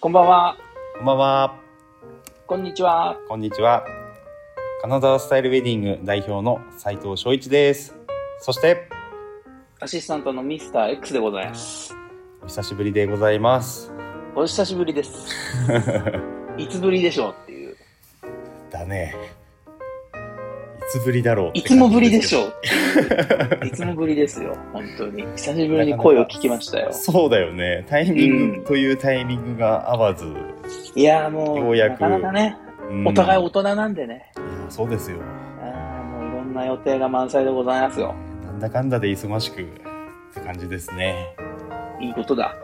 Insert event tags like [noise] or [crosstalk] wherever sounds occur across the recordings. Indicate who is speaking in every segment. Speaker 1: こんばんは。
Speaker 2: こんばんは。
Speaker 1: こんにちは。
Speaker 2: こんにちは。金沢スタイルウェディング代表の斉藤翔一です。そして、
Speaker 1: アシスタントのミスター X でございます。
Speaker 2: お久しぶりでございます。
Speaker 1: お久しぶ
Speaker 2: [laughs]
Speaker 1: りです。いつぶりでしょうっていう。
Speaker 2: だね。いつぶりだろうって
Speaker 1: いつもぶりでし
Speaker 2: ょ。
Speaker 1: ょう
Speaker 2: [laughs]
Speaker 1: っていう。いつもぶりですよ。本当に。久しぶりに声を聞きましたよ。
Speaker 2: そうだよね。タイミン
Speaker 1: う
Speaker 2: グというタイミングが合わず。
Speaker 1: いやーもう、
Speaker 2: ようやく
Speaker 1: なかなかね、
Speaker 2: うん
Speaker 1: お互い大人なんでね。
Speaker 2: いやそうですよ。
Speaker 1: あーもういろんな予定が満載でございますよ。
Speaker 2: なんだかんだで忙しくって感じですね。
Speaker 1: いいことだ。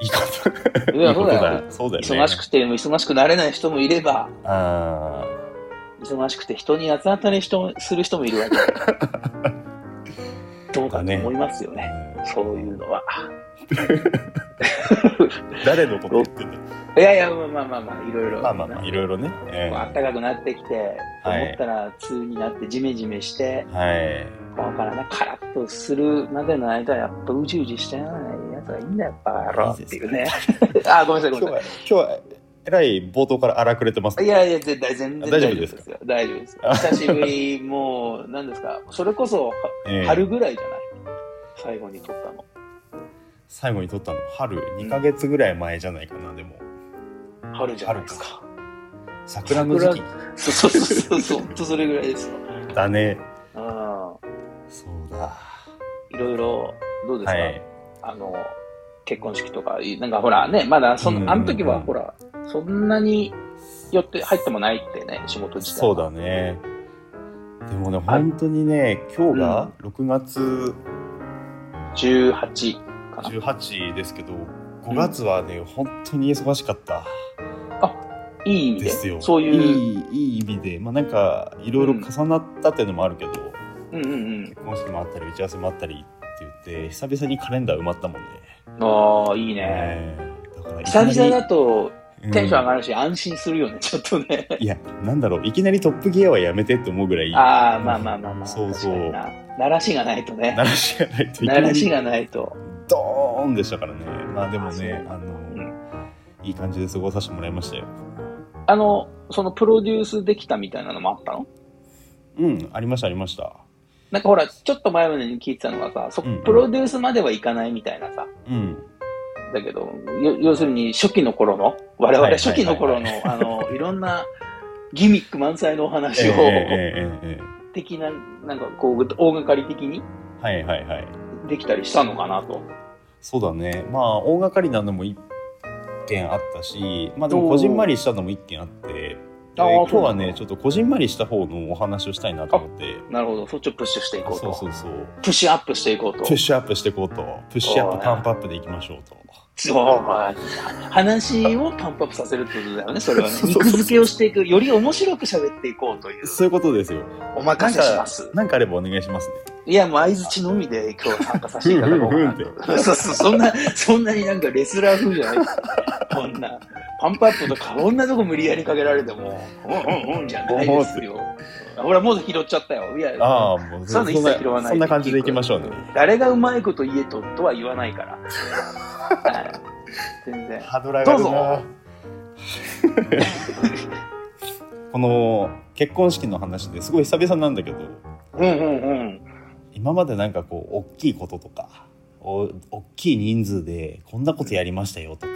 Speaker 2: いいこと。
Speaker 1: いや
Speaker 2: いいこと
Speaker 1: そうだよ
Speaker 2: だ。そうだよね。
Speaker 1: 忙しくても忙しくなれない人もいれば、
Speaker 2: あ
Speaker 1: 忙しくて人に八つ当たり人する人もいる
Speaker 2: [laughs]
Speaker 1: わけだから。どうかと思いますよ
Speaker 2: あ、
Speaker 1: ね。そういうのは。
Speaker 2: 誰のこと言ってんだ
Speaker 1: いやいや、まあまあまあまあ、いろいろ。
Speaker 2: まあまあまあ、いろいろね。え
Speaker 1: こう暖
Speaker 2: え
Speaker 1: かくなってきて、
Speaker 2: はい
Speaker 1: 思ったら、通になって、ジメジメして、
Speaker 2: はい。
Speaker 1: こうからね、カラッとするまでの間、やっぱうじうじしてないやつがいいんだよ、バカ野郎っていうね。 [laughs] あ、ごめんなさ
Speaker 2: 今
Speaker 1: い、
Speaker 2: 日
Speaker 1: ごめんな
Speaker 2: は、今日は、えらい冒頭から荒くれてます
Speaker 1: さい。いやいや、全然、全然
Speaker 2: 大丈夫ですか
Speaker 1: よ。大丈夫です。久しぶり、もう、何ですか、それこそ、は
Speaker 2: ええ
Speaker 1: 春ぐらいじゃない最後に撮ったの。
Speaker 2: 最後に撮ったの、春、2ヶ月ぐらい前じゃないかな、でも。
Speaker 1: 春じゃないですか。
Speaker 2: 桜の時
Speaker 1: そうそうそうそう、 [laughs] ほんとそれぐらいですよ。
Speaker 2: 期だね。
Speaker 1: うん。
Speaker 2: そうだ。
Speaker 1: いろいろ、どうですか、
Speaker 2: はい。
Speaker 1: あの、結婚式とか、なんかほらね、まだそ
Speaker 2: うんう
Speaker 1: の、
Speaker 2: んうん
Speaker 1: あの時はほら、そんなに寄って入ってもないってね、仕事自体。
Speaker 2: そうだね。でもね、本当にね、今日が6月
Speaker 1: 18かな。
Speaker 2: 18ですけど、5月はね、本当に忙しかった
Speaker 1: いい意味
Speaker 2: で
Speaker 1: です
Speaker 2: よ。
Speaker 1: そういう、
Speaker 2: いい、いい意味で、まあなんか、いろいろ重なったっていうのもあるけど、
Speaker 1: うんうん
Speaker 2: 結婚式もあったり打ち合わせもあったりって言って久々にカレンダー埋まったもんね。
Speaker 1: うん。ああ、いいね。
Speaker 2: ええだから
Speaker 1: 久々だとテンション上が
Speaker 2: る、
Speaker 1: るし、安心するよね、ちょっとね。
Speaker 2: うんいやなんだろういきなりトップギアはやめてって思うぐらい
Speaker 1: ああ、まあまあまあまあ。
Speaker 2: そうそ
Speaker 1: 確か
Speaker 2: う
Speaker 1: にな。鳴らしがないとね
Speaker 2: 鳴。らしがないといき
Speaker 1: 鳴
Speaker 2: な
Speaker 1: らし
Speaker 2: り
Speaker 1: がないと。
Speaker 2: ドーンでしたからねまあでもねあの、
Speaker 1: ん
Speaker 2: いい感じで過ごさせてもらいましたよ
Speaker 1: あの、そのプロデュースできたみたいなのもあったの
Speaker 2: うんありましたありました
Speaker 1: なんかほら、ちょっと前までに聞いてたのがさ、そ
Speaker 2: うんうん
Speaker 1: プロデュースまではいかないみたいなさ、
Speaker 2: うん
Speaker 1: だけど、よ要するに初期の頃の、我々
Speaker 2: はいはいはいはい
Speaker 1: 初期の頃
Speaker 2: [laughs]
Speaker 1: の、あの、いろんなギミック満載のお話を、
Speaker 2: えええ
Speaker 1: 的な、なんかこう、大掛かり的に
Speaker 2: えはいはいはい
Speaker 1: できたりしたのかなと。
Speaker 2: そうだねまあ大掛かりなのも一件あったしまあでもこじんまりしたのも一件あってで
Speaker 1: あー
Speaker 2: 今日
Speaker 1: そうな
Speaker 2: は
Speaker 1: んだ
Speaker 2: ねちょっとこじんまりした方のお話をしたいなと思って
Speaker 1: なるほど、そっちをプッシュしていこうと。
Speaker 2: そうそうそう
Speaker 1: プッシュアップしていこうと
Speaker 2: プ。ッシュアップしていこうとプッシュアッ
Speaker 1: おー
Speaker 2: プパンプアップでいきましょうと
Speaker 1: そう、はい話をパンプアップさせるってことだよね、それはね。
Speaker 2: そうそうそう
Speaker 1: 肉付けをしていく、より面白く喋っていこうという。
Speaker 2: そういうことですよ
Speaker 1: お任せします。
Speaker 2: なんかあればお願いしますね
Speaker 1: いや、もう相づちのみで今日参加させていただこうかな
Speaker 2: うんうん
Speaker 1: と。 [laughs] そうそう、そんな、そんなになんかレスラー風じゃない。こんな、パンプアップとか、こんなとこ無理やりかけられても、うんうんうんじゃないですよ。俺はもう拾っちゃったよ。いや、
Speaker 2: ああもう
Speaker 1: そんなの一切拾わない
Speaker 2: そんな感じでいきましょうね
Speaker 1: 誰がうまいこと言えととは言わない
Speaker 2: [laughs]
Speaker 1: から。はい全然。
Speaker 2: ハードル上がる
Speaker 1: どう
Speaker 2: なこの結婚式の話ですごい久々なんだけど
Speaker 1: うんうんうん。
Speaker 2: 今までなんかこう大きいこととかお大きい人数でこんなことやりましたよとか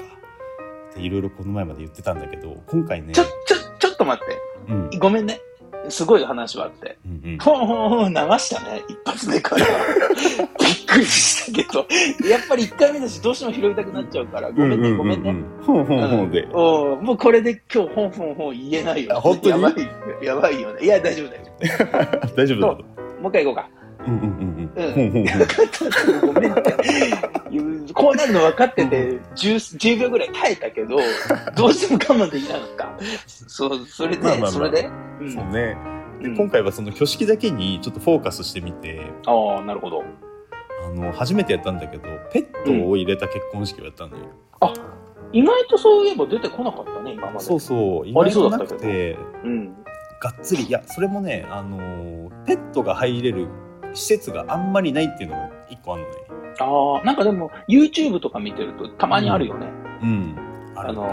Speaker 2: っていろいろこの前まで言ってたんだけど今回ね
Speaker 1: ちょ、ちょ、ちょっと待っ
Speaker 2: うんうん
Speaker 1: て。ごめんね。すごい話はあって。
Speaker 2: うん、
Speaker 1: ほんほんほん流したね、一発目から。
Speaker 2: [laughs]
Speaker 1: びっくりしたけど、やっぱり一回目だし、どうしても拾いたくなっちゃうから、ごめんね、ごめん
Speaker 2: う
Speaker 1: ね。
Speaker 2: んほんほんほんで
Speaker 1: おうもうこれで今日、ほんほんほん言えないよ。
Speaker 2: あ本当に
Speaker 1: やばいよ、やばいよね。いや、大丈夫、大丈
Speaker 2: 大丈夫
Speaker 1: そ
Speaker 2: だ
Speaker 1: 夫。もう一回行こうか。
Speaker 2: うんうんうん
Speaker 1: うん
Speaker 2: うんうんうん
Speaker 1: ごめんって言う。こうなるの分かってて、10, 10秒ぐらい耐えたけ
Speaker 2: [laughs]
Speaker 1: ど、どうしても我慢できなかった。そう、それで、
Speaker 2: まあまあまあ
Speaker 1: それで。うん
Speaker 2: そうね
Speaker 1: う
Speaker 2: で
Speaker 1: ん
Speaker 2: 今回はその挙式だけにちょっとフォーカスしてみて
Speaker 1: ああ、なるほど。
Speaker 2: あの初めてやったんだけどペットを入れた結婚式をやったんだよ、
Speaker 1: 意外とそういえば出てこなかったね、今まで。
Speaker 2: そうそう意
Speaker 1: あり
Speaker 2: 外
Speaker 1: そう
Speaker 2: と
Speaker 1: だっ
Speaker 2: な
Speaker 1: たけ
Speaker 2: く
Speaker 1: ど
Speaker 2: て
Speaker 1: うん。
Speaker 2: がっつりいやそれもねあのペットが入れる施設があんまりないっていうのが一個あるのね
Speaker 1: ああ、なんかでも、YouTube とか見てるとたまにあるよね。
Speaker 2: うん、あれ
Speaker 1: あの
Speaker 2: もう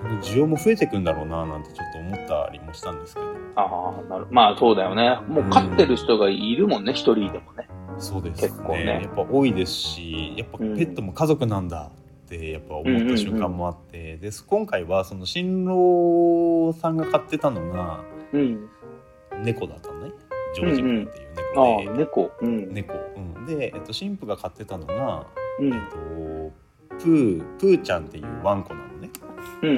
Speaker 2: その需要も増えてくんだろうななんてちょっと思ったりもしたんですけど
Speaker 1: ああ、なるまあそうだよね。もう飼ってる人がいるもんね、一、人でもね。
Speaker 2: そうです
Speaker 1: 結構ね
Speaker 2: やっぱ多いですしやっぱペ
Speaker 1: うん
Speaker 2: ットも家族なんだってやっぱ思った瞬間もあって、で今回はその新郎さんが飼ってたのが
Speaker 1: うん。
Speaker 2: 猫だったのねジョージ君っていう
Speaker 1: あ
Speaker 2: 猫で、
Speaker 1: あ、猫。うん。
Speaker 2: 猫、うん、で、えっと、新婦が飼ってたのが、
Speaker 1: うん。う
Speaker 2: え
Speaker 1: ん
Speaker 2: っと、プープーちゃんっていうワンコなのね、
Speaker 1: うん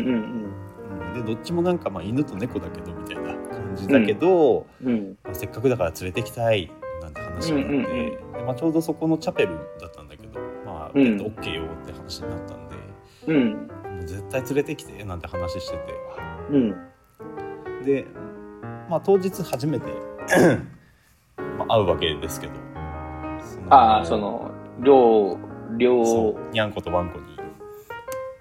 Speaker 2: うん、でどっちもなんかまあ犬と猫だけどみたいな感じだけど、
Speaker 1: うん。うん。
Speaker 2: まあせっかくだから連れてきたいなんて話になって、
Speaker 1: うんうんうん
Speaker 2: でまあ、ちょうどそこのチャペルだったんだけど、まあ、
Speaker 1: うん
Speaker 2: ペット OK よって話になったんで、
Speaker 1: うん。
Speaker 2: もう絶対連れてきてなんて話して
Speaker 1: うん。
Speaker 2: てで、まあ、当日初めてまあ会うわけですけどその
Speaker 1: ああ、その、両、両、
Speaker 2: そうにゃんことわんこに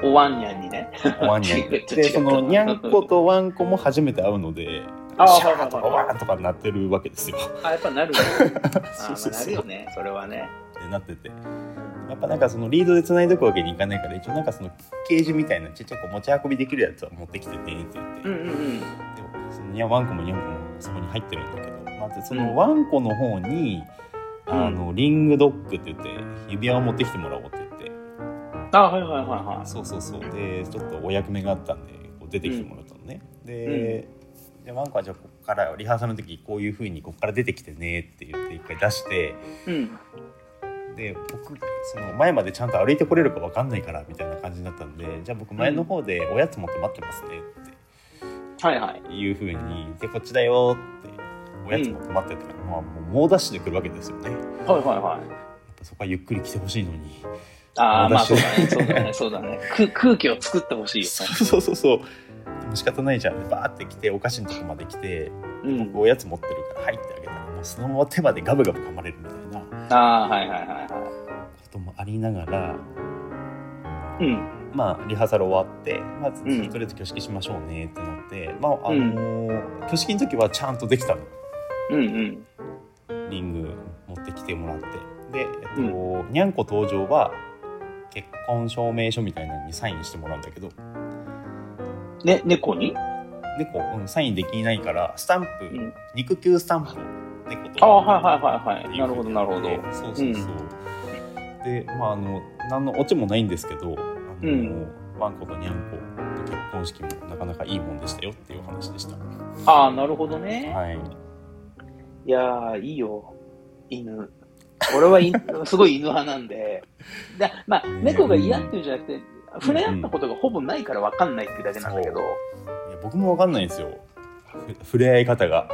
Speaker 1: おわんにゃんにね。
Speaker 2: ワンニャンでそのにゃんことワンコも初めて会うので
Speaker 1: あ
Speaker 2: シャーとか
Speaker 1: はいはいはいはい
Speaker 2: ワーとかなってるわけですよ。
Speaker 1: あ、やっぱな [laughs] るよ。あ
Speaker 2: そう
Speaker 1: ま
Speaker 2: そ
Speaker 1: あ
Speaker 2: う
Speaker 1: な
Speaker 2: そ
Speaker 1: る
Speaker 2: う
Speaker 1: よね、それはね。
Speaker 2: ってなっててやっぱなんかそのリードでつないでおくわけにいかないから一応なんかそのケージみたいなちっちゃく持ち運びできるやつは持ってきてねって言って、
Speaker 1: うんうんうん。
Speaker 2: でもそのにゃワンコもにゃんこもそこに入ってるんだけど、まあ、でそ
Speaker 1: うん
Speaker 2: のワンコの方に、
Speaker 1: うん
Speaker 2: あのリングドッグって言って指輪を持ってきてもらおうって言って、
Speaker 1: あ、はいはいはいは
Speaker 2: そうそうそうでちょっとお役目があったんでこう出てきてもらったのね、で、でワンコはじゃあここからリハーサルの時こういう風にここから出てきてねって言って一回出して
Speaker 1: い。うん。
Speaker 2: で僕その前までちゃんと歩いてこれるかわかんないからみたいな感じになったんでじゃあ僕前の方でおやつ持って待ってますねっ
Speaker 1: はいはい。
Speaker 2: ていう風にでこっちだよっておやつ持って待ってたら、まあもう猛ダッシュで来るわけですよねやっ
Speaker 1: はいはいはい。
Speaker 2: ぱそこはゆっくり来てほしいのに
Speaker 1: ああ、まあそう
Speaker 2: 私
Speaker 1: だね、そうだね、そうだね。く空気を作ってほしいよ
Speaker 2: そうそうそうそうでも仕方ないじゃんでバーって来てお菓子のとこまで来て
Speaker 1: ね。うん。
Speaker 2: おやつ持ってるから入ってあげたらもうそのまま手までガブガブ噛まれるみたいなこ
Speaker 1: ああ、はいはいは
Speaker 2: ともありながら
Speaker 1: いはい。うん。
Speaker 2: まあリハーサル終わってまず、
Speaker 1: うん
Speaker 2: とりあえず挙式しましょうねってなってまああのー挙式の時はちゃんとできたの
Speaker 1: うんうん。
Speaker 2: リング持ってきてもらってで、えっと
Speaker 1: う
Speaker 2: にゃんこ登場は結婚証明書みたいなのにサインしてもらうんだけど
Speaker 1: ね、猫に
Speaker 2: 猫、うん、サインできないからスタン
Speaker 1: う
Speaker 2: プ、
Speaker 1: ん
Speaker 2: 肉球スタンプを猫と
Speaker 1: ああ、はいはいはいはい。なるほど、なるほど。
Speaker 2: そうそうそう、でまああの何のオチもないんですけどあの、
Speaker 1: うん
Speaker 2: ワンコとニャンコの結婚式もなかなかいいもんでしたよっていうお話でしたは
Speaker 1: ああ、なるほどね。
Speaker 2: い
Speaker 1: いやー、いいよ。犬。俺は犬 [laughs] すごい犬派なんで。だまあ、
Speaker 2: ね
Speaker 1: 猫が嫌っていうんじゃなくて、触れ合ったことがほぼないから分かんないっていうだけなんだけど、
Speaker 2: いや僕もわかんないんですよふ触れ合い
Speaker 1: [laughs]
Speaker 2: 方が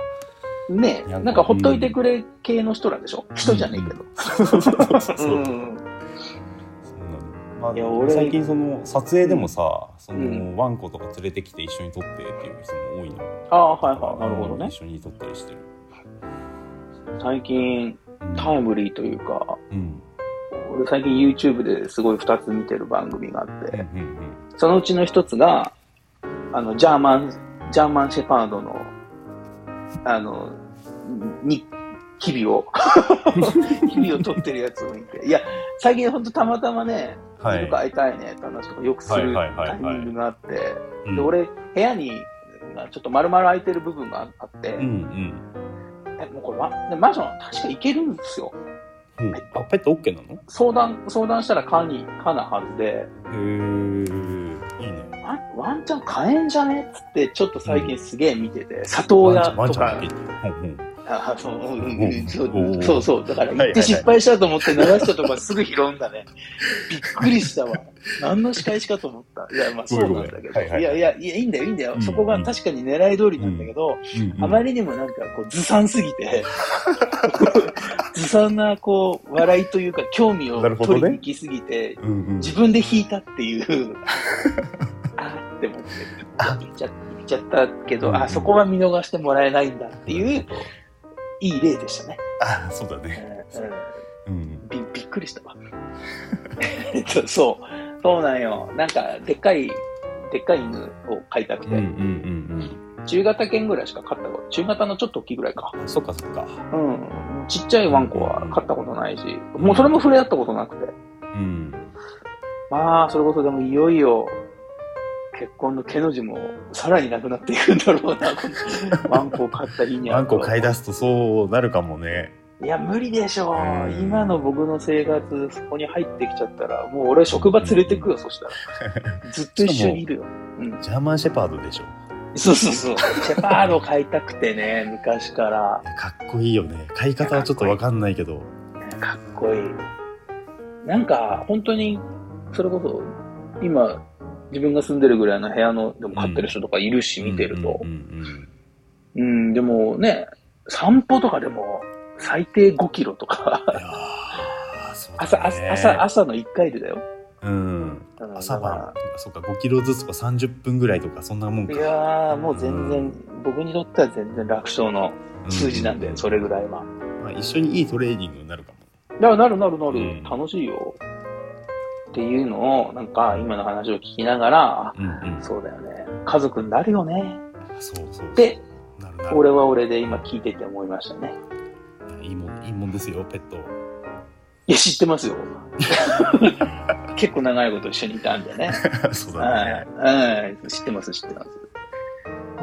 Speaker 1: ね
Speaker 2: いや
Speaker 1: なんかほっといてくれ系の人らでしょ人じゃねえけど。
Speaker 2: そうそうそうそうう、
Speaker 1: ん
Speaker 2: そうなのまあ、
Speaker 1: いや俺
Speaker 2: 最近その撮影でもさ、その
Speaker 1: うん
Speaker 2: ワンコとか連れてきて一緒に撮ってっていう人も多いの、
Speaker 1: ああ、はいはい、なるほどね。
Speaker 2: 一緒に撮ったりしてる、
Speaker 1: 最近、
Speaker 2: うん
Speaker 1: タイムリーというか、
Speaker 2: うん
Speaker 1: 俺最近 YouTube ですごい2つ見てる番組があっ
Speaker 2: う
Speaker 1: て、
Speaker 2: んうん
Speaker 1: そのうちの1つが、あの、ジャーマン、ジャーマンシェパードの、あの、に、日々を、 [laughs] 日々を撮ってるやつを見て、いや、最近ほんとたまたまね、
Speaker 2: うんはい
Speaker 1: いるか会いたいねって話とかよくするタイミングがあって、
Speaker 2: うん
Speaker 1: で、俺、部屋に、ちょっと丸々空いてる部分があって、
Speaker 2: うんうん
Speaker 1: えもうこれワンでマンション確か行けるんですよ。
Speaker 2: うんあペット OK なの
Speaker 1: 相談、相談したらカに、カなはずで、
Speaker 2: へーいいね。
Speaker 1: ワンワンちゃん買えんじゃねっつって、ちょっと最近すげえ見てて、里親
Speaker 2: ワン
Speaker 1: と
Speaker 2: ちゃん
Speaker 1: か
Speaker 2: だけ、うん
Speaker 1: あそううんうん
Speaker 2: うん
Speaker 1: そう
Speaker 2: おー
Speaker 1: そうそう、だから行
Speaker 2: はい
Speaker 1: っ
Speaker 2: はいは
Speaker 1: て
Speaker 2: い
Speaker 1: 失敗したと思って流したとかすぐ拾うんだ
Speaker 2: [laughs]
Speaker 1: ね。びっくりしたわ。何の仕返しかと思った。いや、まあそうなんだけ
Speaker 2: ごめんごめん
Speaker 1: ど。
Speaker 2: はいはい
Speaker 1: いやいや、いやいいんだよ、いいんだよ
Speaker 2: う。ん
Speaker 1: そこが確かに狙い通りなんだけど、
Speaker 2: うんうん
Speaker 1: あまりにもなんかこうずさんすぎ
Speaker 2: [laughs]
Speaker 1: て、ずさんなこう笑いというか興味を
Speaker 2: なるほど
Speaker 1: 取
Speaker 2: ね
Speaker 1: りに行きすぎて、
Speaker 2: うんうん
Speaker 1: 自分で弾いたっていう、あーって思って、行っちゃ行っちゃったけど、あーそこは見逃してもらえないんだっていう、いい例でしたね。
Speaker 2: あそうだね。
Speaker 1: うんうん
Speaker 2: うん
Speaker 1: びびっくりしたわ。 [laughs] えっとそう、そうなんよ。なんか、でっかい、でっかい犬を飼いたく
Speaker 2: うんうんう
Speaker 1: て、
Speaker 2: ん
Speaker 1: 中型犬ぐらいしか飼ったこと、中型のちょっと大きいぐらいか。
Speaker 2: うん。あそっかそっか。
Speaker 1: うん。ちっちゃいワンコは飼ったことないし、もうそれも触れ合ったことなくて。
Speaker 2: うん。
Speaker 1: まあ、それこそでもいよいよ、結婚の毛の字もさらになくなっていくんだろう
Speaker 2: [laughs]
Speaker 1: な、ワンコ買った日には
Speaker 2: ワンコ買い出すとそうなるかもね。
Speaker 1: いや、無理でしょ
Speaker 2: う
Speaker 1: う。
Speaker 2: ん
Speaker 1: 今の僕の生活、そこに入ってきちゃったら、もう俺職場連れてくよ、そした
Speaker 2: [laughs]
Speaker 1: ら。ずっと一緒にいるよ。うん。
Speaker 2: ジャーマンシェパードでしょ。
Speaker 1: そうそうそう。シェパード買いたくてね、昔から
Speaker 2: い。やかっこいいよね。買い方はちょっとわかんないけど。
Speaker 1: かっこいい。なんか、本当に、それこそ、今、自分が住んでるぐらいの部屋の、でも飼ってる人とかいるし、見てると
Speaker 2: うん。う
Speaker 1: う
Speaker 2: ん
Speaker 1: ん、でもね、散歩とかでも、最低5キロと
Speaker 2: うん。
Speaker 1: か、
Speaker 2: いやーそうだね
Speaker 1: [laughs] 朝、朝、朝、朝の1回でだよ。
Speaker 2: うん。
Speaker 1: うん
Speaker 2: 朝
Speaker 1: だから
Speaker 2: 晩、そっか、5キロずつとか30分ぐらいとか、そんなもん
Speaker 1: い
Speaker 2: か。
Speaker 1: やー、もう全然、僕にとっては全然楽勝の
Speaker 2: う
Speaker 1: 数字なんで、それぐらいは。
Speaker 2: まあ、一緒にいいトレーニングになるかも。
Speaker 1: だからなるなるなる、
Speaker 2: うん
Speaker 1: 楽しいよ。っていうのを、なんか、今の話を聞きながら、あ
Speaker 2: うんうん。
Speaker 1: そうだよね。家族になるよね。
Speaker 2: そうそうそう。
Speaker 1: で、
Speaker 2: なるなる。
Speaker 1: 俺は俺で今聞いてて思いましたね。
Speaker 2: いやいいもん、いいもんですよ、ペッ
Speaker 1: [laughs]
Speaker 2: ト。
Speaker 1: いや、知って
Speaker 2: [laughs]
Speaker 1: ますよ。結構長いこと一緒にいたんでね。
Speaker 2: そうだね。
Speaker 1: はい。うん知ってます、知ってます。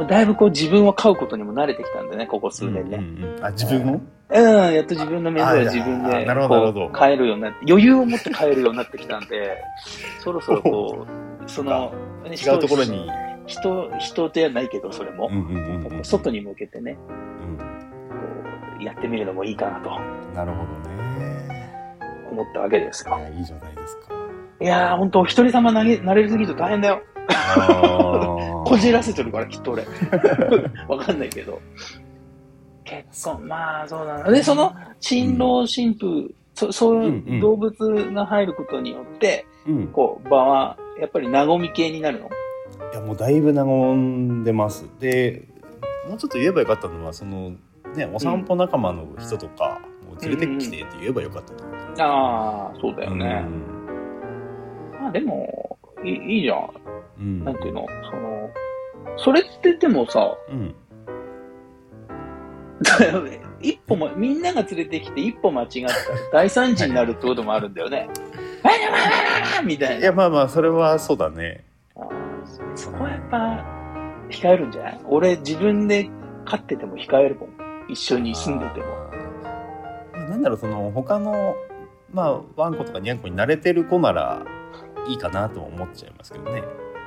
Speaker 1: もうだいぶこう自分を飼うことにも慣れてきたんでね、ここ数年ね。
Speaker 2: うんうんうんあ、自分も
Speaker 1: うん、やっと自分の面倒は
Speaker 2: あ
Speaker 1: 自分
Speaker 2: あ
Speaker 1: で
Speaker 2: なるほどなるほ
Speaker 1: こ
Speaker 2: ど
Speaker 1: う変えるようになって、余裕を持って変えるようになってきたんで、 [laughs] そろそろこう、その、
Speaker 2: 違うところに。
Speaker 1: 人、人人ではないけど、それも、
Speaker 2: うんうんうんうん。
Speaker 1: 外に向けてね、
Speaker 2: うん。
Speaker 1: こう、やってみるのもいいかなと
Speaker 2: なるほどね。
Speaker 1: 思ったわけです
Speaker 2: い
Speaker 1: よ。
Speaker 2: や、いいじゃないですか。
Speaker 1: いやー、ほんと、お一人様なれなれすぎると大変だよ。こ
Speaker 2: こ
Speaker 1: じらせてるから、きっと俺。
Speaker 2: [laughs]
Speaker 1: わかんないけど。結婚、まあ、そうだな。で、その、新郎新婦、そそう
Speaker 2: うんう
Speaker 1: い
Speaker 2: ん
Speaker 1: う動物が入ることによって、
Speaker 2: うん。
Speaker 1: こう、場は、やっぱり和み系になるの。
Speaker 2: いやもうだいぶ和んでますでもうちょっと言えばよかったのはそのねお散歩仲間の人とか、もう連れてきてって言えばよかったな
Speaker 1: ああ、そうだよね。
Speaker 2: うん
Speaker 1: まあ、でも、いいいいじゃん。
Speaker 2: うん
Speaker 1: なんていうの、その、それってでもさ、 [laughs]
Speaker 2: うん
Speaker 1: だよね一歩も、みんなが連れてきて一歩間違ったら大惨事になるってこともあるんだよね。わらわらわらみたい
Speaker 2: い
Speaker 1: な。
Speaker 2: やまあまあそれはそうだね
Speaker 1: あーそそこはやっぱ控えるんじゃない俺自分で飼ってても控えるもん。一緒に住んでても。
Speaker 2: あーまあなんだろうその他のまあワンコとかニャンコに慣れてる子ならいいかなとも思っちゃいますけどね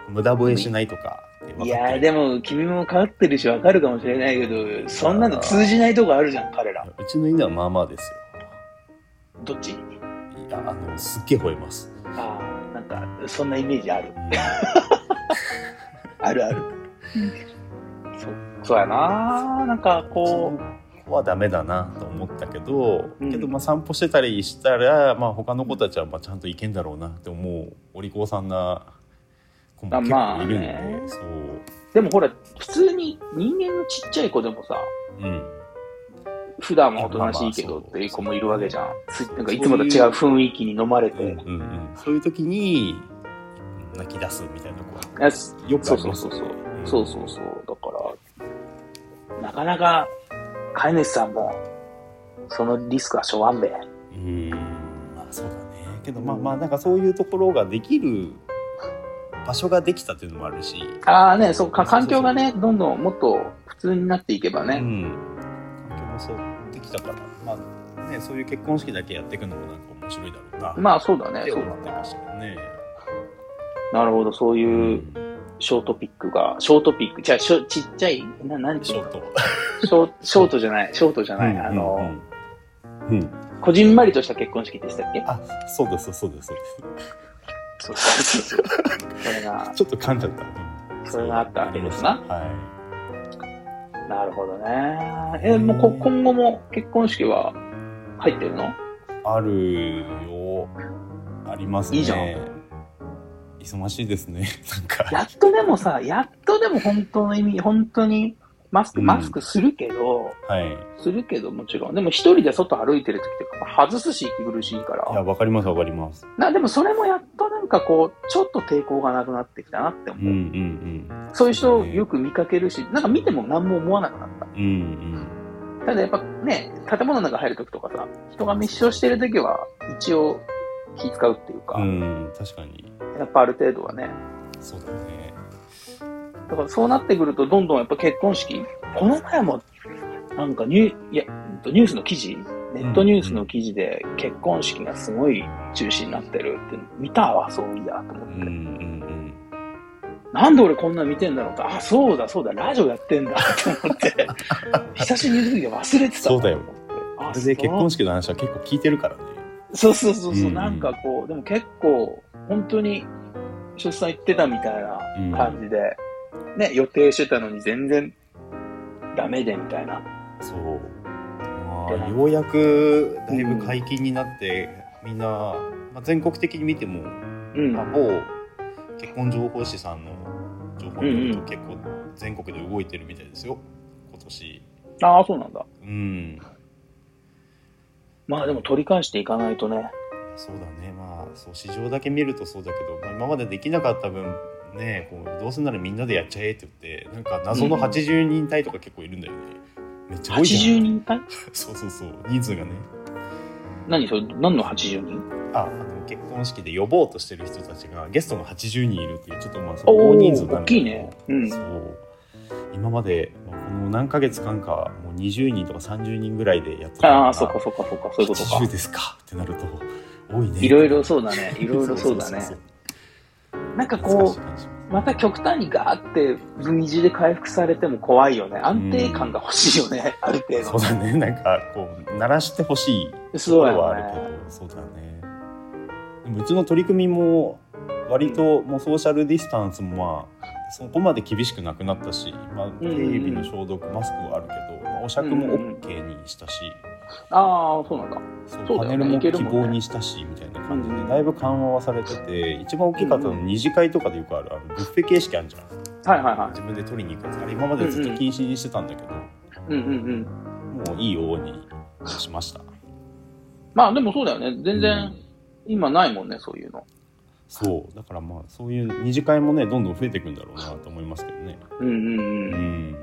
Speaker 2: 無駄吠えしないとかって分
Speaker 1: い
Speaker 2: かってる
Speaker 1: やーでも君も飼ってるしわかるかもしれないけど、そんなの通じないとこあるじゃん、彼ら。
Speaker 2: うちの犬はまあまあです
Speaker 1: どっち
Speaker 2: よいやあのすっげえ吠えます、
Speaker 1: ああ、なんかそんなイメージある。
Speaker 2: うん
Speaker 1: あるある。そそうやなーなんかこう、
Speaker 2: ここはダメだなと思ったけど、
Speaker 1: うん
Speaker 2: けどまあ散歩してたりしたら、まあ、他の子たちはまあちゃんといけんだろうなって思うお利口さんな子も結構いるんで、
Speaker 1: あまあね
Speaker 2: そう、
Speaker 1: でもほら、普通に人間のちっちゃい子でもさ、
Speaker 2: うん、
Speaker 1: 普段はおとなしいけどっていう子もいるわけじゃん。つなんかいつもと違う雰囲気に飲まれ
Speaker 2: うん
Speaker 1: て。
Speaker 2: うんうんそういう時に泣き出すみたいな子は
Speaker 1: あす
Speaker 2: よく
Speaker 1: そ
Speaker 2: あ
Speaker 1: う
Speaker 2: り
Speaker 1: そう
Speaker 2: ます
Speaker 1: そう
Speaker 2: よね
Speaker 1: そう。そうそうそう。だから、なかなか、飼い主さんも、そのリスクはしょわんべ。
Speaker 2: うんまあそうだねけどまあまあなんかそういうところができる場所ができたっていうのもあるし、
Speaker 1: ああね、そうか、環境がね、どんどんもっと普通になっていけば
Speaker 2: う
Speaker 1: ね。
Speaker 2: ん、環境もそうできたから、まあね、そういう結婚式だけやっていくのもなんか面白いだろうな、
Speaker 1: まあそうだ
Speaker 2: っ
Speaker 1: ね、
Speaker 2: て
Speaker 1: そう
Speaker 2: 思
Speaker 1: だ
Speaker 2: って
Speaker 1: ね
Speaker 2: ま。したけどね。
Speaker 1: なるほど、そう
Speaker 2: う、
Speaker 1: いうんショートピックが、ショートピック、じゃあ、しょちっちゃい、な、なんて
Speaker 2: シ
Speaker 1: いう
Speaker 2: ョ
Speaker 1: の
Speaker 2: ート。
Speaker 1: ショーショートじゃない、ショートじゃない、あの、
Speaker 2: うん、うん、
Speaker 1: こじんまりとした結婚式でしたっけ
Speaker 2: あそうですそうですそうで
Speaker 1: そうそうそうそう。それが
Speaker 2: す。、ちょっと噛んじゃった。うん
Speaker 1: それがあったわけですな
Speaker 2: は
Speaker 1: なるほどね。え、もうこ今後も結婚式は入ってるの
Speaker 2: い。あるよ。ありますね。
Speaker 1: いいじゃん
Speaker 2: 忙しいですね。 [laughs] なんか。
Speaker 1: やっとでもさ、やっとでも本当の意味、本当にマスク、
Speaker 2: うん
Speaker 1: マスクするけど、
Speaker 2: はい。い
Speaker 1: するけどもちろん。でも一人で外歩いてる時とか、まあ外すし、息苦しいか
Speaker 2: や
Speaker 1: ら。
Speaker 2: わかりますわかります。
Speaker 1: な、でもそれもやっとなんかこう、ちょっと抵抗がなくなってきたなって
Speaker 2: うん
Speaker 1: 思う。
Speaker 2: うん
Speaker 1: そういう人をよく見かけるし、なんか見ても何も思わなくなった。
Speaker 2: うんうん
Speaker 1: ただやっぱね、建物の中入る時とかさ、人が密集してる時は、一応気使うっていうか、
Speaker 2: うんうん確かに
Speaker 1: やっぱある程度はね、
Speaker 2: そうだね。
Speaker 1: だからそうなってくると、どんどんやっぱ結婚式、この前も、なんかニュいやうんとニュースの記事、ネットニュースの記事で結婚式がすごい中止になってるって見たわ、そういや、と思
Speaker 2: う
Speaker 1: っ
Speaker 2: ん
Speaker 1: て。
Speaker 2: うん
Speaker 1: なんで俺こんな見てんだろうと、あ、そうだそうだ、ラジオやってんだと思っ
Speaker 2: [laughs]
Speaker 1: て、久しぶりに見る時忘れてた。
Speaker 2: そうだよ。
Speaker 1: あ
Speaker 2: あれで結婚
Speaker 1: 式
Speaker 2: 式の話は結構聞いてるからね。
Speaker 1: そうそうそうそう、
Speaker 2: うん
Speaker 1: なんかこう、でも結構、本当に出産行ってたみたいな
Speaker 2: うん
Speaker 1: 感じで、ね、予定してたのに全然ダメでみたいな。
Speaker 2: そう。ま
Speaker 1: でな
Speaker 2: あ、ようやくだいぶ解禁になって、みんな、まあ、全国的に見ても、
Speaker 1: うん
Speaker 2: まあ、。某結婚情報誌さんの情報によると結構全国で動いてるみたいですよ、今年。
Speaker 1: ああ、そうなんだ。
Speaker 2: うん。
Speaker 1: まあでも取り返していかないとね。
Speaker 2: そうだねまあそう市場だけ見るとそうだけど、まあ、今までできなかった分ねこうどうせならみんなでやっちゃえって言ってなんか謎の
Speaker 1: うん
Speaker 2: 80人隊とか結構いるんだよね、めっちゃ多いじゃ
Speaker 1: 80
Speaker 2: ん
Speaker 1: 人隊
Speaker 2: そうそうそう人数がね
Speaker 1: 何それ何の80人
Speaker 2: ああの結婚式で呼ぼうとしてる人たちがゲストが80人いるっていうちょっとまあそ
Speaker 1: おー
Speaker 2: の大人数なんだ
Speaker 1: 大
Speaker 2: け
Speaker 1: き
Speaker 2: ど
Speaker 1: いねうん
Speaker 2: そう今まで、まあ、この何ヶ月間かもう20人とか30人ぐらいでやってたの
Speaker 1: あ
Speaker 2: が
Speaker 1: あ、そっかそっかそっか、そういうことか
Speaker 2: 80。ですかってなると多いね
Speaker 1: いろいろそうだ
Speaker 2: [laughs]
Speaker 1: ね。いろいろそうだね。
Speaker 2: そうそうそう
Speaker 1: なんか
Speaker 2: 懐
Speaker 1: こ、
Speaker 2: かしいう感じしす
Speaker 1: また極端にガーって V 字で回復されても怖いよね。安定感が欲しいよね。ある程
Speaker 2: そ
Speaker 1: 度。
Speaker 2: うだねなんかこう鳴らしてほしいと
Speaker 1: そ
Speaker 2: こ
Speaker 1: うや
Speaker 2: ろはある
Speaker 1: ね。
Speaker 2: けどそう,、だねでもうちの取り組みも割ともうソーシャルディスタンスもまあそこまで厳しくなくなったし、まあ、
Speaker 1: う
Speaker 2: 手
Speaker 1: ん
Speaker 2: 指の消毒マスクはあるけど、まあ、お酌も
Speaker 1: うんうん
Speaker 2: OK にしたし、
Speaker 1: ああ、そうなんだ。
Speaker 2: そう
Speaker 1: そう
Speaker 2: パ
Speaker 1: だよね
Speaker 2: ネルも
Speaker 1: いけ
Speaker 2: 希
Speaker 1: るもんね
Speaker 2: 望にしたしみたいな感じ
Speaker 1: うん
Speaker 2: でだいぶ緩和はされてて一番大きかったのは
Speaker 1: うん
Speaker 2: 二次会とかでよくあるあのブッフェ形式あるじゃん
Speaker 1: はいはいは
Speaker 2: 自分で取りに行くやつあれ今までずっと禁止にしてたんだけど、
Speaker 1: い。うんうんうん。
Speaker 2: もういいようにしました。
Speaker 1: まあでもそうだよね。全
Speaker 2: う
Speaker 1: 然
Speaker 2: ん
Speaker 1: 今ないもんね、そういうの。
Speaker 2: そうだからまあそういう二次会もねどんどん増えていくんだろうなと思いますけどね。
Speaker 1: うんうん
Speaker 2: う
Speaker 1: うん。
Speaker 2: ん。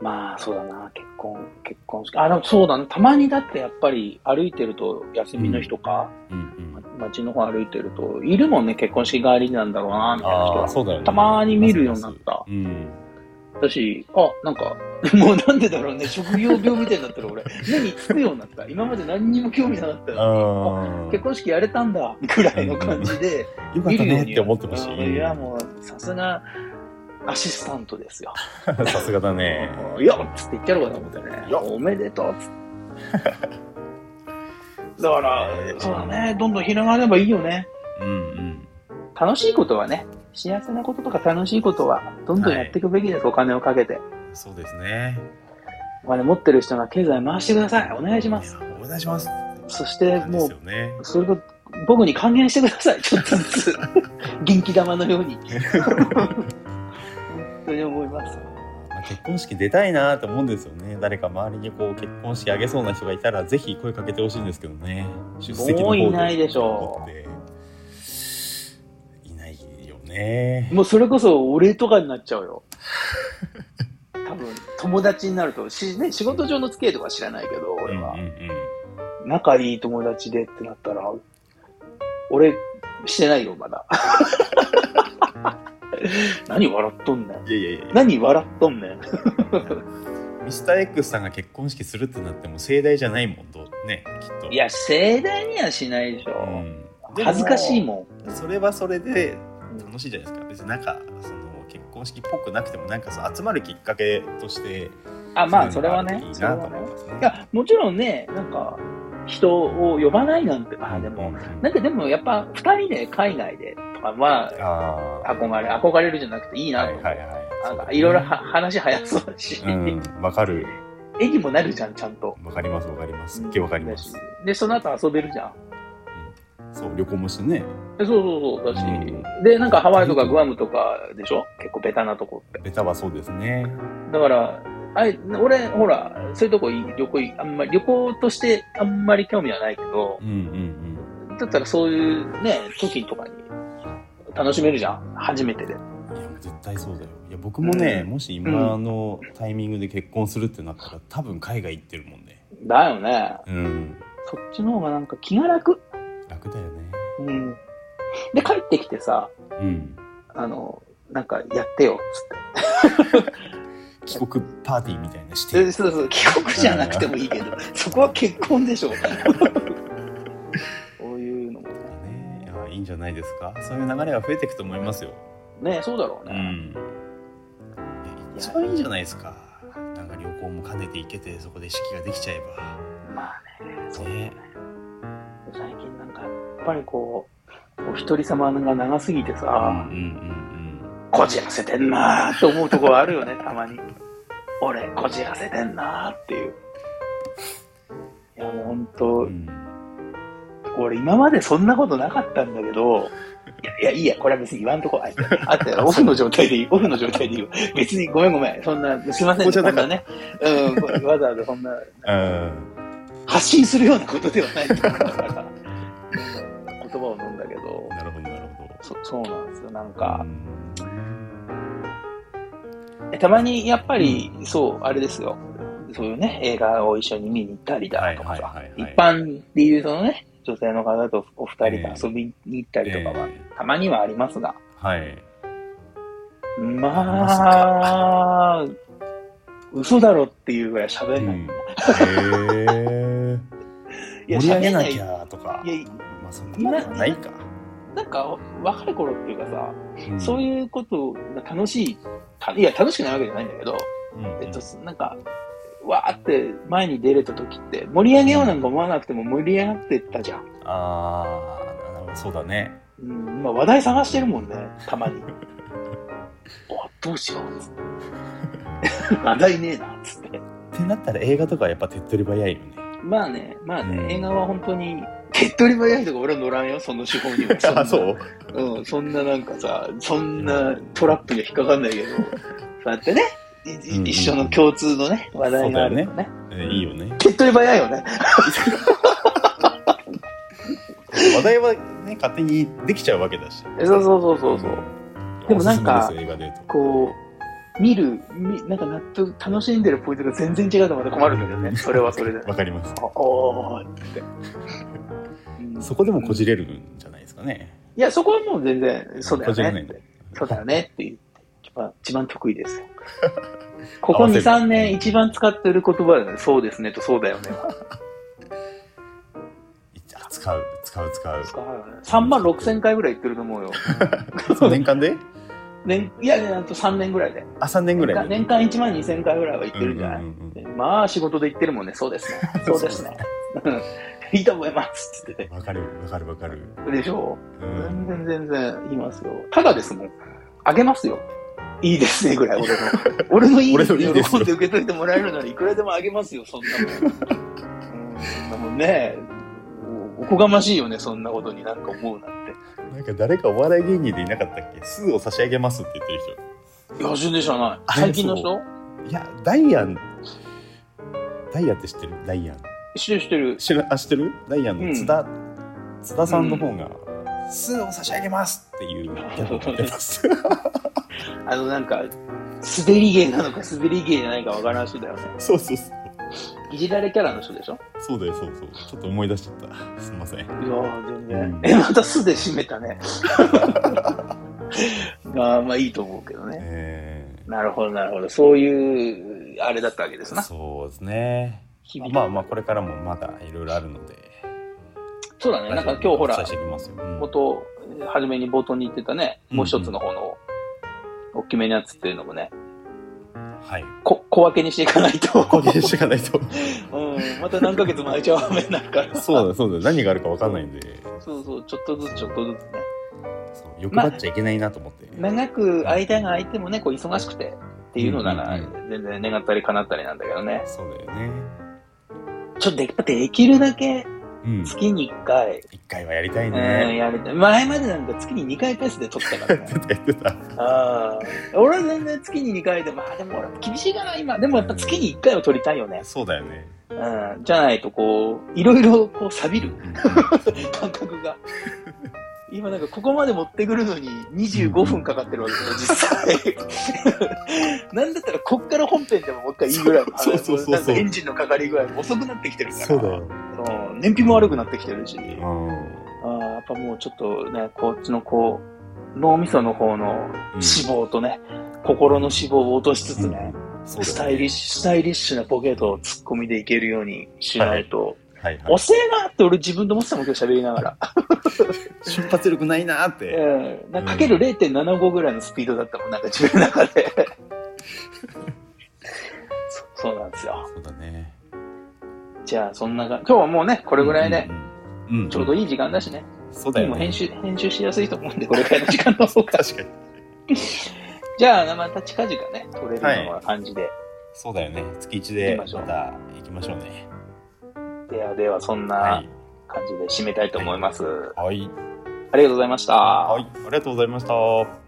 Speaker 1: まあそうだな。結婚、結婚式。あ、でもそうだね。たまにだってやっぱり歩いてると休みの日とか、
Speaker 2: うんうん。
Speaker 1: 街の方歩いてると、いるもんね。結婚式帰りなんだろうな、みたいな人
Speaker 2: あ
Speaker 1: は
Speaker 2: あ。そうだよね。
Speaker 1: たまに見るようになった。
Speaker 2: うん。
Speaker 1: 私、あ、なんか、 [laughs] もうなんでだろうね、職業病みたいになってる俺、目につくようになった。今まで何にも興味なかったよ。
Speaker 2: ああ。
Speaker 1: 結婚式やれたんだ、ぐらいの感じで、
Speaker 2: よかっ
Speaker 1: 見
Speaker 2: た
Speaker 1: るよ
Speaker 2: ね
Speaker 1: う
Speaker 2: っ
Speaker 1: に
Speaker 2: て思ってほし
Speaker 1: うん
Speaker 2: い。
Speaker 1: いや、もう、さすが、アシスタントですよ。
Speaker 2: うん。 [laughs] さすがだね。
Speaker 1: いやっつって言ってやろうかと思ってね。
Speaker 2: よっ
Speaker 1: おめでとうっつって。だから、そうだね、どんどん広がればいいよね。
Speaker 2: うんうん。
Speaker 1: 楽しいことはね、幸せなこととか楽しいことは、どんどんやっていくべきです、お金をかけて。
Speaker 2: そうですね。
Speaker 1: お金持ってる人が経済回してください。お願いします
Speaker 2: や。。お願いします。
Speaker 1: そして、も
Speaker 2: です
Speaker 1: う、
Speaker 2: よね。
Speaker 1: それと、僕に還元してください。ちょっとずつ。元気玉のように。本当に思います。
Speaker 2: まあ結婚式出たいなと思うんですよね。誰か周りにこう結婚式あげそうな人がいたらぜひ声かけてほしいんですけどね。出席の方
Speaker 1: もういないでしょ
Speaker 2: う。いないよね。
Speaker 1: もうそれこそ、お礼とかになっちゃう [laughs] よ。多分、友達になると、しね、仕事上の付き合いとかは知らないけど、
Speaker 2: うん
Speaker 1: 俺
Speaker 2: うん
Speaker 1: は。
Speaker 2: う
Speaker 1: 仲いい友達でってなったら、俺、してないよ、ま [laughs] だ。何笑っとんねん
Speaker 2: ん。いやいやいや。
Speaker 1: 何笑っとんねん。
Speaker 2: ミスター X さんが結婚式するってなっても盛大じゃないもんとねきっと
Speaker 1: いや、盛大にはしないでしょ。
Speaker 2: うん
Speaker 1: 恥ずかしいも
Speaker 2: でもそれはそれで
Speaker 1: ん。
Speaker 2: 楽しいじゃないですか別になんかその結婚式っぽくなくてもなんかそう集まるきっかけとして
Speaker 1: あ、まあ、それはね
Speaker 2: いい。
Speaker 1: それ
Speaker 2: なと
Speaker 1: は
Speaker 2: 思い
Speaker 1: ね。
Speaker 2: ます
Speaker 1: いや、もちろんね、なんか、人を呼ばないなんて、あ、で
Speaker 2: う
Speaker 1: も
Speaker 2: ん、うん
Speaker 1: なんかでもやっぱ、二人で海外でとかは、
Speaker 2: ああ
Speaker 1: 憧れ、憧れるじゃなくていいな
Speaker 2: は
Speaker 1: と
Speaker 2: い
Speaker 1: 思う。
Speaker 2: はいはい
Speaker 1: なん
Speaker 2: そうだ
Speaker 1: か、
Speaker 2: ね
Speaker 1: いろいろは話早そうだし、
Speaker 2: うんわかる
Speaker 1: 絵にもなるじゃん、ちゃんと。
Speaker 2: わかりますわかりますすっげえわかります
Speaker 1: だしで、その後遊べるじゃん。
Speaker 2: そう旅行もしてね
Speaker 1: でそうそうそう、だし。
Speaker 2: う
Speaker 1: で、なんかハワイとかグアムとかでしょ結構ベタなとこって。
Speaker 2: ベタはそうですね
Speaker 1: だから、あれ、俺、ほら、そういうとこいい旅行いい、あんまり、旅行としてあんまり興味はないけど
Speaker 2: う、んうん
Speaker 1: だったらそういうね、時とかに楽しめるじゃん初めてで。
Speaker 2: うんいやもう絶対そうだよいや僕もね、
Speaker 1: う
Speaker 2: もし今のタイミングで結婚するってなったら多分海外行ってるもんね
Speaker 1: だよね。
Speaker 2: うん
Speaker 1: そっちの方がなんか気が楽。
Speaker 2: 楽だよね
Speaker 1: うん。で、帰ってきてさ、
Speaker 2: うん
Speaker 1: あの、なんかやってよ、つって。
Speaker 2: 帰国パーティーみたいなし
Speaker 1: そう
Speaker 2: て
Speaker 1: そう、帰国じゃなくてもいいけど、 [laughs] そこは結婚 [laughs] でしょ。そういうのも
Speaker 2: ねいやいいんじゃないですかそういう流れが増えていくと思いますよ、
Speaker 1: ね、そうだろう
Speaker 2: う
Speaker 1: ね。
Speaker 2: ん、一番いいじゃないですかなんか旅行も兼ねて行けてそこで式ができちゃえ
Speaker 1: まあね、
Speaker 2: ば
Speaker 1: そう
Speaker 2: ね
Speaker 1: 最近なんかやっぱりこう、お一人様が長すぎてさ
Speaker 2: うん、うん
Speaker 1: こじらせてんなーって思うところあるよね、たまに。俺、こじらせてんなーっていう。いや、もうほん
Speaker 2: うんう
Speaker 1: と、
Speaker 2: ん
Speaker 1: 俺今までそんなことなかったんだけど、いや、いや、いいや、これは別に言わんとこ。あ、いやあ
Speaker 2: [laughs]
Speaker 1: ったよ。オフの状態でいい。オフの状態でいいよ。別にごめんごめん。そんな、すいません、
Speaker 2: ここ
Speaker 1: そ
Speaker 2: じゃ
Speaker 1: ん
Speaker 2: なか
Speaker 1: な
Speaker 2: っ
Speaker 1: ね。うん、こわざわざそんな、
Speaker 2: うん
Speaker 1: 発信するようなことではないと思うから、言葉を飲んだけど、
Speaker 2: なるほどなるほど
Speaker 1: そそうなんですよ。なんか
Speaker 2: う、ん
Speaker 1: えたまにやっぱり、そう、あれですよ。そういうね、映画を一緒に見に行ったりだとか
Speaker 2: は
Speaker 1: さ
Speaker 2: いはい、はい
Speaker 1: 一
Speaker 2: はい
Speaker 1: 般でいうそのね、女性の方とお二人で遊びに行ったりとかは
Speaker 2: え、え
Speaker 1: たまにはありますが、
Speaker 2: はい
Speaker 1: まあ、嘘だろっていうぐらい喋
Speaker 2: うん
Speaker 1: ない。
Speaker 2: んへえ
Speaker 1: いや
Speaker 2: 盛り上げな
Speaker 1: 喋ん
Speaker 2: きゃとか
Speaker 1: いや、
Speaker 2: まあそんなことはないか
Speaker 1: なんか若い頃っていうかさ、そう
Speaker 2: い
Speaker 1: いうことが楽しい、たいや、楽しくないわけじゃないんだけど、
Speaker 2: うんうん
Speaker 1: えっと、なんか、わーって前に出れた時って、盛り上げようなんか思わなくても盛り上がってったじゃん。
Speaker 2: ああなるほどそうだね
Speaker 1: うん、今話題探してるもんね、た
Speaker 2: [laughs]
Speaker 1: まに。おどうしようっつって。話題ねえな、つって。
Speaker 2: ってなったら映画とかはやっぱ手っ取り早い
Speaker 1: [laughs]
Speaker 2: よね
Speaker 1: まあね、まあね、
Speaker 2: うん
Speaker 1: 映画は本当に、手っ取り早いとか俺は乗らんよ、その手法に
Speaker 2: [laughs]
Speaker 1: は。んなうん、そんななんかさ、そんなトラップには引っかかんないけど、そうやってね、いい
Speaker 2: うん
Speaker 1: 一緒の共通のね、話題があるとね。
Speaker 2: えいいよね
Speaker 1: 手っ取り早いよね。
Speaker 2: 話題はね勝手にできちゃうわけだし
Speaker 1: そうそうそうそうそう。
Speaker 2: ん
Speaker 1: でもなんか
Speaker 2: おすすめですよ映画で言うと
Speaker 1: こう、見る、みなんか納得、楽しんでるポイントが全然違うとまた困るんだけど
Speaker 2: [laughs]
Speaker 1: ね、それはそれで。
Speaker 2: わかります
Speaker 1: おおーって。うん
Speaker 2: そこでもこじれるんじゃないですかね
Speaker 1: いや、そこはもう全然、そうだ
Speaker 2: こじれ
Speaker 1: よ
Speaker 2: ない
Speaker 1: ね
Speaker 2: ん
Speaker 1: っ
Speaker 2: だ
Speaker 1: て。そうだよねって言って、一番一番得意
Speaker 2: [laughs]
Speaker 1: ですよ。ここ2、3年一番使ってる言葉だよね。そうですねとそうだよね。
Speaker 2: いっあ使う使う使う
Speaker 1: 3万6千回ぐらい言ってると思う
Speaker 2: [laughs]
Speaker 1: よ。
Speaker 2: 年間で
Speaker 1: 年いやいや、あと3年ぐらいで。
Speaker 2: あ3年ぐらいで
Speaker 1: 年間1万2千回ぐらいは言ってるんじゃない、
Speaker 2: うんうんうん
Speaker 1: まあ仕事で言ってるもんね。そう
Speaker 2: [laughs]
Speaker 1: ですね。そうですね。うんいいと思いますって言っ
Speaker 2: わかるわかるわかる
Speaker 1: てて。でしょ
Speaker 2: うん
Speaker 1: 全然全然言いますよ。ただですもん。あげますよ。いいですねぐらい俺の。俺
Speaker 2: [laughs]
Speaker 1: のいいです
Speaker 2: 俺のいい
Speaker 1: ね
Speaker 2: です
Speaker 1: 喜
Speaker 2: よ
Speaker 1: んで受け取ってもらえるならいくらでもあげますよ、そんなもん。うんそんなもんね。おおこがましいよね、そんなことになんか思うなんて。
Speaker 2: なんか誰かお笑い芸人でいなかったっけ「すを差し上げます」って言ってる
Speaker 1: いや、全然知らない。
Speaker 2: あれ
Speaker 1: 最近の人
Speaker 2: 人いやダイアンダイアンって知ってるダイアン
Speaker 1: 知ってる知ってる。
Speaker 2: 知らあ知ってるダイアン
Speaker 1: うん
Speaker 2: の津田、津田さんの方が「すを差し上げます」っていうギャグをやってます [laughs]
Speaker 1: あの、なんか、滑り芸なのか滑り芸じゃないかわからん人だよね。
Speaker 2: そうそうそう
Speaker 1: いじられキャラの人でしょ
Speaker 2: そうだよそうそうちょっと思い出しちゃったすいません
Speaker 1: いやー全然。
Speaker 2: うん
Speaker 1: え、また素で締めた
Speaker 2: [laughs]
Speaker 1: ね。まあまあいいと思うけどね。
Speaker 2: え
Speaker 1: なるほど、なるほど。そういう、あれだったわけです
Speaker 2: ー、
Speaker 1: な。
Speaker 2: そうですね
Speaker 1: 日々。
Speaker 2: まあまあこれからもまだいろいろあるので
Speaker 1: そうだね。なんか今日ほ
Speaker 2: 差
Speaker 1: ら
Speaker 2: し、上げますよ、うん
Speaker 1: 元、初めに冒頭に言ってたね、もう一つの方の、大きめのやつっていうのもね、
Speaker 2: はい
Speaker 1: こ小分けにしていかないと、
Speaker 2: これしていかないと
Speaker 1: うん、また何ヶ月も空いちゃう場面になるから。
Speaker 2: そうだそうだ何があるかわかんないんで
Speaker 1: そうそう、ちょっとずつちょっとずつね。
Speaker 2: そう欲張っちゃいけないなと思って、
Speaker 1: 長く間が空いてもね、こう忙しくてっていうのなら
Speaker 2: うんう、
Speaker 1: 全然願ったり叶ったりなんだけどね。
Speaker 2: そうだよね
Speaker 1: ちょっとでやっぱできるだけ
Speaker 2: うん
Speaker 1: 月に1回、
Speaker 2: 一回はやりたい
Speaker 1: うん、
Speaker 2: ね、
Speaker 1: やりたい。前までなんか月に2回ペースで撮ってたからね。
Speaker 2: [laughs] やってた
Speaker 1: あー俺は全然月に2回で、まあでも俺厳しいかな、今。でもやっぱ月に1回は撮りたいよね。
Speaker 2: そうだよね
Speaker 1: うん。じゃないとこう、いろいろこう錆びる
Speaker 2: うん
Speaker 1: 感覚
Speaker 2: [laughs]
Speaker 1: が。今なんかここまで持ってくるのに25分かかってるわけですよ、実
Speaker 2: [laughs]
Speaker 1: 際。なんだったらこっから本編でももう一回いいぐらいの
Speaker 2: そうそうそうそう
Speaker 1: なんかエンジンのかかり具合も遅くなってきてるから。
Speaker 2: そうだよ、
Speaker 1: うん燃費も悪くなってきてるし。
Speaker 2: うん
Speaker 1: あーやっぱもうちょっとね、こっちのこう、脳みその方の脂肪とね、心の脂肪を落としつつね、
Speaker 2: そうだよね
Speaker 1: スタイリッシュ、スタイリッシュなポケットを突っ込みでいけるようにしないと、
Speaker 2: はいはい
Speaker 1: 遅えなって俺自分で思ってたもん今日喋りなが
Speaker 2: [laughs]
Speaker 1: ら。
Speaker 2: 瞬発力ないなーっ
Speaker 1: う
Speaker 2: て、
Speaker 1: ん、なんかかける0.75ぐらいのスピードだったもん、なんか自分の中
Speaker 2: [laughs]
Speaker 1: で。そそうなんですよ。
Speaker 2: そうだね
Speaker 1: じゃあそんなが、今日はもうね、これぐらいで、
Speaker 2: うんうん、うん
Speaker 1: ちょうど
Speaker 2: いい
Speaker 1: いい時間だしね、
Speaker 2: そうだよ、ね、
Speaker 1: もう編集、編集しやすいと思うんで、これぐらいの時間の方が。
Speaker 2: 確かに
Speaker 1: じゃあ、また近々ね、撮れるような感じで。
Speaker 2: そうだよね月
Speaker 1: 行
Speaker 2: 1で
Speaker 1: きま
Speaker 2: ま
Speaker 1: しょう
Speaker 2: た行きましょうね
Speaker 1: ではでは、そん
Speaker 2: は
Speaker 1: ない感じで締めたいと思います。
Speaker 2: はい
Speaker 1: ありがとうございました。
Speaker 2: はいありがとうございました